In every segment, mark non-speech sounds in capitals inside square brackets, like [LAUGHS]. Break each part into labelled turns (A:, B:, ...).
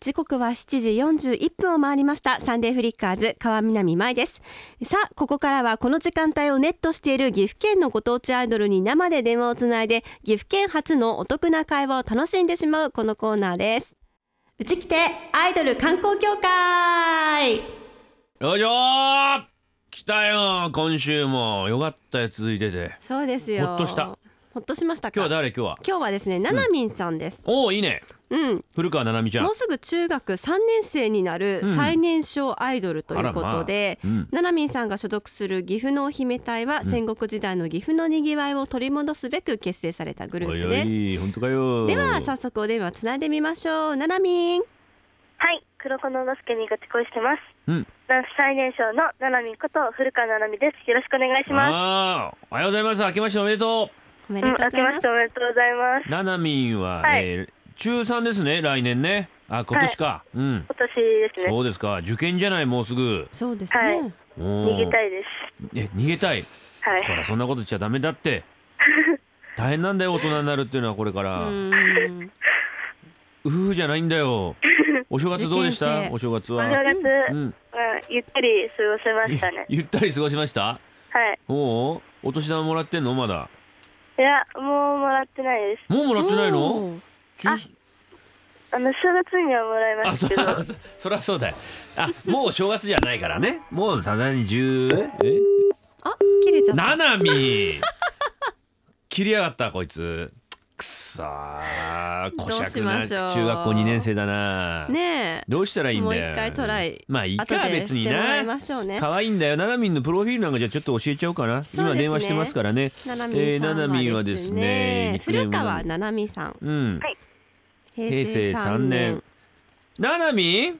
A: 時刻は7時41分を回りましたサンデーフリッカーズ川南舞ですさあここからはこの時間帯をネットしている岐阜県のご当地アイドルに生で電話をつないで岐阜県初のお得な会話を楽しんでしまうこのコーナーですうちきてアイドル観光協会
B: よいしょー来たよ今週もよかったよ続いてて
A: そうですよ
B: ほっとした
A: ほっとしましたか
B: 今日は誰今日は
A: 今日はですねななみんさんです、
B: おおいいね
A: うん、
B: 古川七海ちゃん
A: もうすぐ中学3年生になる最年少アイドルということで、
B: あらまあうん
A: ななみんさんが所属する岐阜のお姫隊は戦国時代の岐阜のにぎわいを取り戻すべく結成されたグル
B: お
A: ー
B: い
A: プ
B: お
A: です。
B: い本当かよ
A: では早速お電話つないでみましょう。ななみん。
C: はい、黒子ののすけにごち恋してます。
B: うん
C: 男子最年少のななみんこと古川ななみです。よろしくお願いします。
B: あーおはようございます明けましておめでと
A: おめ
C: う
A: で
C: ん、
A: とうご
C: 明
A: ざい
C: けま
A: ま
C: し
A: す。
C: ておめでとうございます
B: う。ななみんは、
C: はい
B: えー中三ですね来年ねあ今年か、うん
C: 今年ですね。
B: そうですか受験じゃないもうすぐ
A: そうですね。
C: はい逃
B: 逃
C: げた
B: い
C: いです。
B: え逃げたい
C: はい。
B: ほらそんなこと言っちゃダメだって
C: [LAUGHS]
B: 大変なんだよ大人になるっていうのはこれか
A: う
B: ら
A: ーん。
B: 夫婦じゃないんだ
A: [LAUGHS]
B: よお正月どうでし
A: 受験
B: た
A: 生
B: お正月
C: お
B: は
C: 正月、
B: うん
C: まあ、ゆったり過ごせました
B: [LAUGHS]
C: ね。
B: ゆゆったり過ごしました
C: はい。
B: おうお年玉もらってんのまだ
C: いや、もうもらってないです。
B: もうもらってないの
A: おー
B: 中
C: あの、正月にはもらいま
B: あ
C: す
B: そ
C: けど。は
B: らそらそうだよあもう正月じゃないからねもうさすがに10え
A: あ、切れちゃった。
B: ななみ切りやがったこいつくそーこしゃく
A: ど
B: な
A: うしましょう
B: 中学校2年生だな
A: ねえ。
B: どうしたらいいんだよ
A: もう一回トライ
B: まあいいか
A: 後で
B: 別
A: し
B: に
A: てもらい
B: な
A: ましょうね。
B: 可愛いんだよななみんのプロフィールなんかじゃあちょっと教えちゃおうかな、
A: そうですね
B: 今電話してますからね
A: ななみんさん
B: えーななみんはですねニックネー
A: 古
B: ムな
A: 川ななみさん。
B: うん
C: はい
B: 平成3
A: 三
B: 年。ななみん
C: い。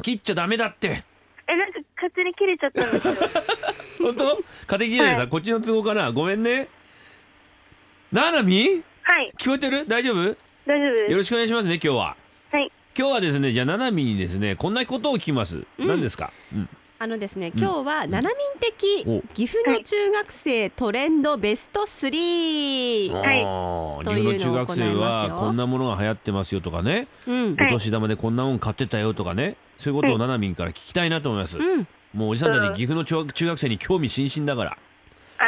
B: 切っちゃダメだ
A: [LAUGHS]
B: って
C: え、なんか勝手に切れちゃったんですよ。
B: [LAUGHS] 本当家庭切れだ、こっちの都合かなごめんねななみん
C: はい。
B: 聞こえてる大丈夫よ
C: 大丈夫です。
B: ろしくお願いしますね今日は
C: はい。
B: 今日はですねじゃあななみんにですねこんなことを聞きます、
A: うん
B: 何ですか、うん、
A: あのですね、今日はななみん的
B: お
A: 岐阜の中学生トレンドベスト3。
C: はい
B: あー
A: と
B: 日本
A: いう
B: の
A: の
B: 中
A: を行いま
B: 学
A: すよ
B: 生はこんなものが流行ってますよとかね
A: うん、
B: お年玉でこんなもん買ってたよとかねそういうことをななみんから聞きたいなと思います、
A: うん、
B: もうおじさんたち岐阜の中中学生に興味津々だから
C: あ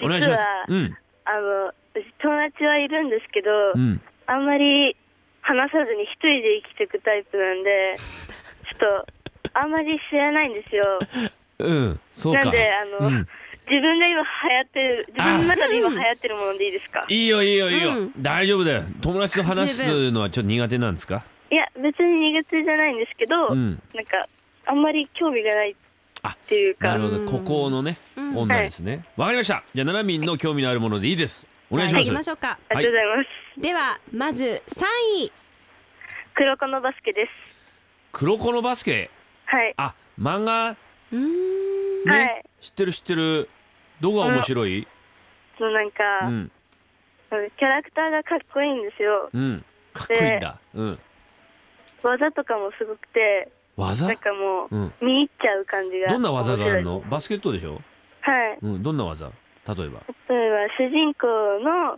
C: の、
B: お願いし
C: 実
B: ます
C: は、
B: うん
C: あの、うち友達はいるんですけど、
B: うん
C: あんまり話さずに一人で生きていくタイプなん
B: [LAUGHS]
C: で、ちょっと、あんまり知らないんですよ。
B: うんそうか
C: なんで、あの、
B: うん
C: 自分が今流行ってる、自分の中で今流行ってるものでいいですか
B: いいよいいよいいよ、
A: うん
B: 大丈夫だよ友達と話
A: 十
B: すのはちょっと苦手なんですか
C: いや、別に苦手じゃないんですけど、
B: うん
C: なんか、あんまり興味がないっていう
B: な
C: か、
B: るほど孤高のね、
A: うん
B: 女ですねわ、かりましたじゃあななみんの興味のあるものでいいですお願いし
A: じゃあ
B: ま
A: 行き
B: す
A: ましょうか。
C: ありがとうございます。
A: では、まず3位。
C: 黒子のバスケです。
B: 黒子のバスケ
C: はい。
B: あ漫画
A: うーん、
B: ね、
C: はい
B: 知ってる知ってるどこが面白い
C: そのなんか、
B: うん
C: キャラクターがかっこいいんですよ。
B: うんかっこいいんだうん
C: 技とかもすごくて、
B: 技
C: なんかもう、
B: うん
C: 見入っちゃう感じが。
B: どんな技があるのバスケットでしょ
C: はい。
B: うんどんな技例えば
C: 例えば主人公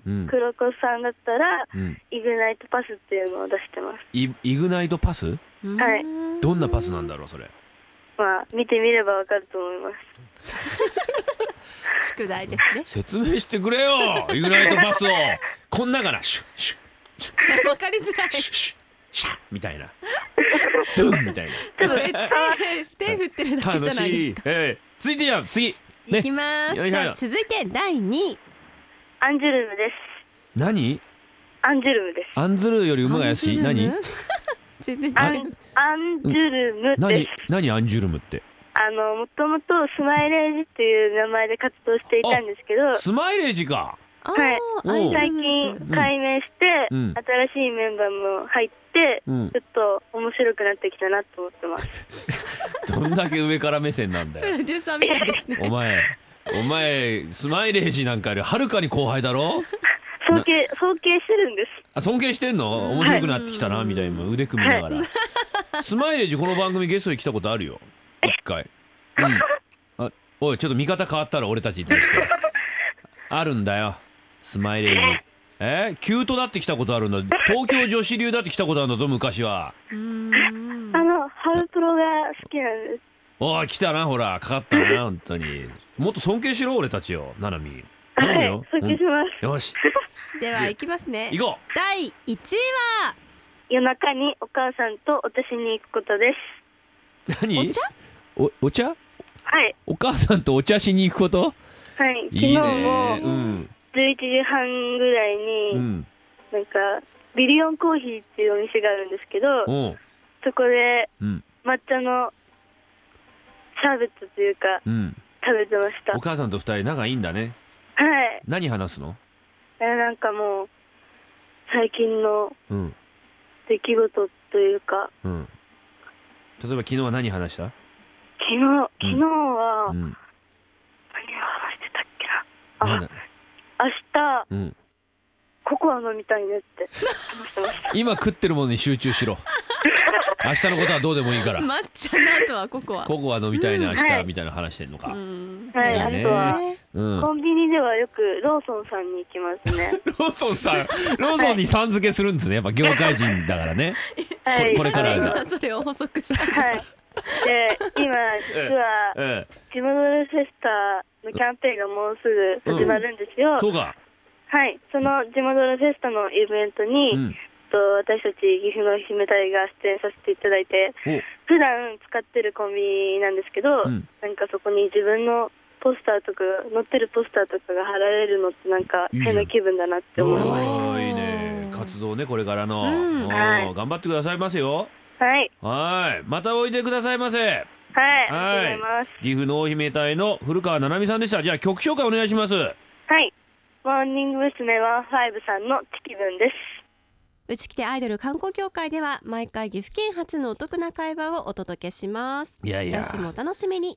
B: うん
C: の黒子さんだったら、
B: うん
C: イグナイトパスっていうのを出してます
B: イイグナイトパス
C: はい
B: どんなパスなんだろうそれ。
C: まあ見てみればわかると思います
A: 宿題ですね [LAUGHS]
B: 説明してくれよイグナイトパスをこんなからシュッシュッ
A: わかりづらい。
B: シュッシュッシャッみたいなドゥンみたい
A: それ手手振ってる
B: な
A: だけじ
B: 楽
A: ゃない
B: し
A: で
B: いええ続いてじゃあ次
A: すか。いきます。
B: よいし
A: じ
B: ょ
A: ゃあ続いて第2位。
C: アンジュルムです
B: 何
C: アンジュルムです
B: アンズルーより馬が安い
A: アンジュ
B: 何
A: ルム全然
C: ア
A: 違う。
C: ンアンジュルムで
B: 何
C: す
B: 何アンジュルムって
C: あのもともとスマイレージっていう名前で活動していたんですけど
B: スマイレージか
A: あ
C: はい
A: ーアイド
C: 最
A: ルグループ
C: 近改名して、
B: うん
C: 新しいメンバーも入って、
B: うん
C: ちょっと面白くなってきたなと思ってます
B: どんだけ上から目線なんだ
A: プ
B: よ
A: ロデューサーみたいですね。
B: お前お前スマイレージなんかよりはるかに後輩だろ
C: 尊敬尊敬してるんです
B: あ尊敬してんの面白くなってきたなみたいな腕組みながら、スマイレージこの番組ゲストに来たことあるよ一回、うん、あおいちょっと見方変わったら俺たちに対してあるんだよスマイレージえー、キュートだって来たことあるんだ東京女子流だって来たことあるんだぞ昔は
A: うーん
C: あの、ハウプロが好きなんです。
B: おい来たなほらかかったな本当にもっと尊敬しろ俺たちをななみ頼
C: は
B: む
C: い
B: よ、、
C: 尊敬します。
B: うんよし
A: で
B: [LAUGHS]
A: は行きますね
B: 行こ
A: 第1位は
C: 夜中にお母さんと私に行くことで
B: う
C: す。
B: 何
A: お茶
B: おお茶
C: はい、
B: お母さんとお茶しに行くこと
C: はい、昨
B: いいね
C: 日も
B: うん
C: 11時半ぐらいに、
B: うん
C: なんか、ビリオンコーヒーっていうお店があるんですけど、
B: おう
C: そこで
B: うん
C: 抹茶のシャーベットというか、
B: うん
C: 食べてました
B: お。母さんと二人仲いいんだね
C: はい。
B: 何話すの
C: えなんかもう、最近の
B: うん
C: 出来事というか、
B: うん例えば昨日は何話した
C: 昨日、昨日は、
B: うん
C: 何を話してたっけな。
B: なん
C: あ
B: だ、
C: 明日、
B: うん
C: ココア飲みたいねって話してました。
B: 今食ってるものに集中し
C: [LAUGHS]
B: ろ明日のことはどうでもい
A: [LAUGHS]
B: いから
A: 抹茶の後はココア
B: ココア飲みたいな
C: うん
B: 明
C: は
B: 日
C: い
B: みたいな話してんのか
A: う、ん
C: はいい、
B: いね
C: あとは、
B: うん、
C: コンビニではよくローソンさんに行きますね。
B: ローソンさん、ローソンにさん付けするんですね。やっぱ業界人だからね。
C: はい、
B: [LAUGHS] これからだ
C: は
A: 今それを補足した
C: [LAUGHS] い。で、今、実は、
B: ええ、
C: 地元ルフェスタのキャンペーンがもうすぐ始まるんですよ。
B: そうか。
C: はい、その地元ルフェスタのイベントに、
B: うん。
C: と私たち岐阜の姫隊が出演させていただいて、普段使ってるコンビニなんですけど、
B: うん
C: なんかそこに自分のポスターとか、載ってるポスターとかが貼られるのってなんか
B: いいじゃん
C: 変な気分だなって
B: お、
C: 思いま
B: おーいいね。活動ねこれからの、
A: うん
B: おー
C: はい
B: 頑張ってくださいますよ。
C: す。はい、
B: はーい。またおいでくださいませ。
C: はい、あ
B: は
C: りがとうございます。
B: い。岐阜の大姫隊の古川七海さんでした。じゃあ曲紹介お願いします。
C: はい。モーニング娘。ワンファイブさんのチキブンです。
A: うちきてアイドル観光協会では毎回岐阜県発のお得な会話をお届けします
B: いやいや
A: 来週もお楽しみに